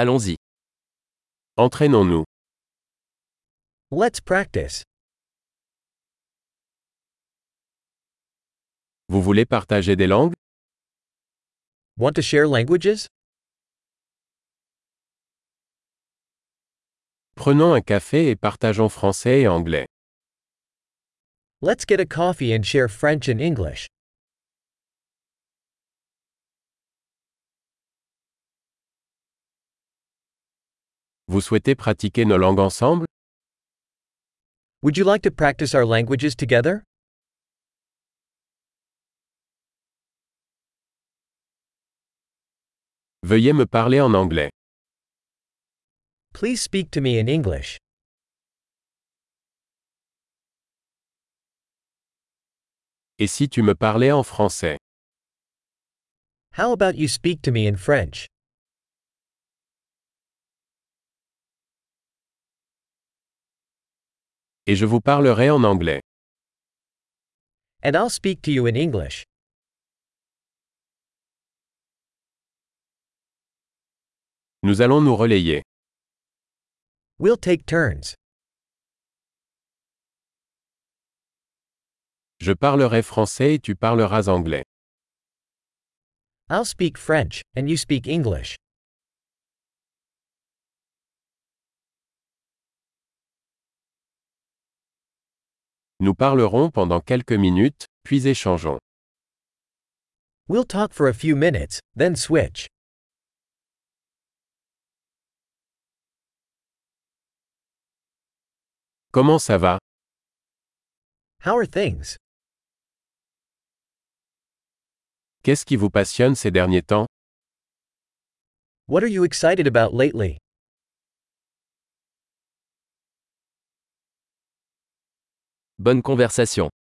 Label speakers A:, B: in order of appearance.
A: Allons-y. Entraînons-nous.
B: Let's practice.
A: Vous voulez partager des langues
B: Want to share languages?
A: Prenons un café et partageons français et anglais.
B: Let's get a coffee and share French and English.
A: Vous souhaitez pratiquer nos langues ensemble
B: Would you like to practice our languages together?
A: Veuillez me parler en anglais.
B: Please speak to me in English.
A: Et si tu me parlais en français
B: How about you speak to me in French?
A: Et je vous parlerai en anglais.
B: And I'll speak to you in English.
A: Nous allons nous relayer.
B: We'll take turns.
A: Je parlerai français et tu parleras anglais.
B: I'll speak French, and you speak English.
A: Nous parlerons pendant quelques minutes, puis échangeons.
B: We'll talk for a few minutes, then switch.
A: Comment ça va
B: How are things?
A: Qu'est-ce qui vous passionne ces derniers temps
B: What are you excited about lately?
C: Bonne conversation.